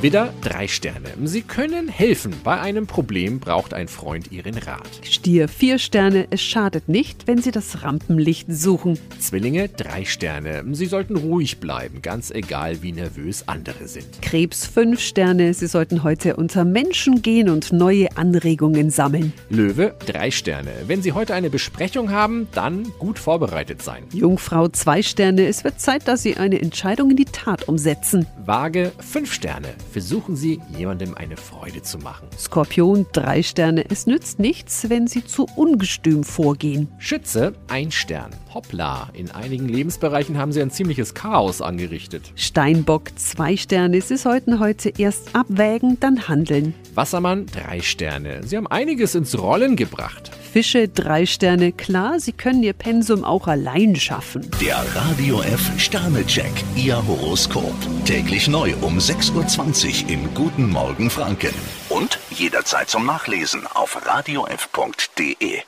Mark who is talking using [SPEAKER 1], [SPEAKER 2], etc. [SPEAKER 1] Widder, drei Sterne. Sie können helfen. Bei einem Problem braucht ein Freund Ihren Rat.
[SPEAKER 2] Stier, vier Sterne. Es schadet nicht, wenn Sie das Rampenlicht suchen.
[SPEAKER 1] Zwillinge, drei Sterne. Sie sollten ruhig bleiben, ganz egal wie nervös andere sind.
[SPEAKER 2] Krebs, fünf Sterne. Sie sollten heute unter Menschen gehen und neue Anregungen sammeln.
[SPEAKER 1] Löwe, drei Sterne. Wenn Sie heute eine Besprechung haben, dann gut vorbereitet sein.
[SPEAKER 2] Jungfrau, zwei Sterne. Es wird Zeit, dass Sie eine Entscheidung in die Tat umsetzen.
[SPEAKER 1] Waage, fünf Sterne. Versuchen Sie, jemandem eine Freude zu machen.
[SPEAKER 2] Skorpion, drei Sterne. Es nützt nichts, wenn Sie zu ungestüm vorgehen.
[SPEAKER 1] Schütze, ein Stern. Hoppla, in einigen Lebensbereichen haben Sie ein ziemliches Chaos angerichtet.
[SPEAKER 2] Steinbock, zwei Sterne. Sie sollten heute erst abwägen, dann handeln.
[SPEAKER 1] Wassermann, drei Sterne. Sie haben einiges ins Rollen gebracht.
[SPEAKER 2] Fische, drei Sterne. Klar, Sie können Ihr Pensum auch allein schaffen.
[SPEAKER 3] Der Radio F Sternecheck. Ihr Horoskop. Täglich neu um 6.20 Uhr im Guten Morgen Franken. Und jederzeit zum Nachlesen auf radiof.de.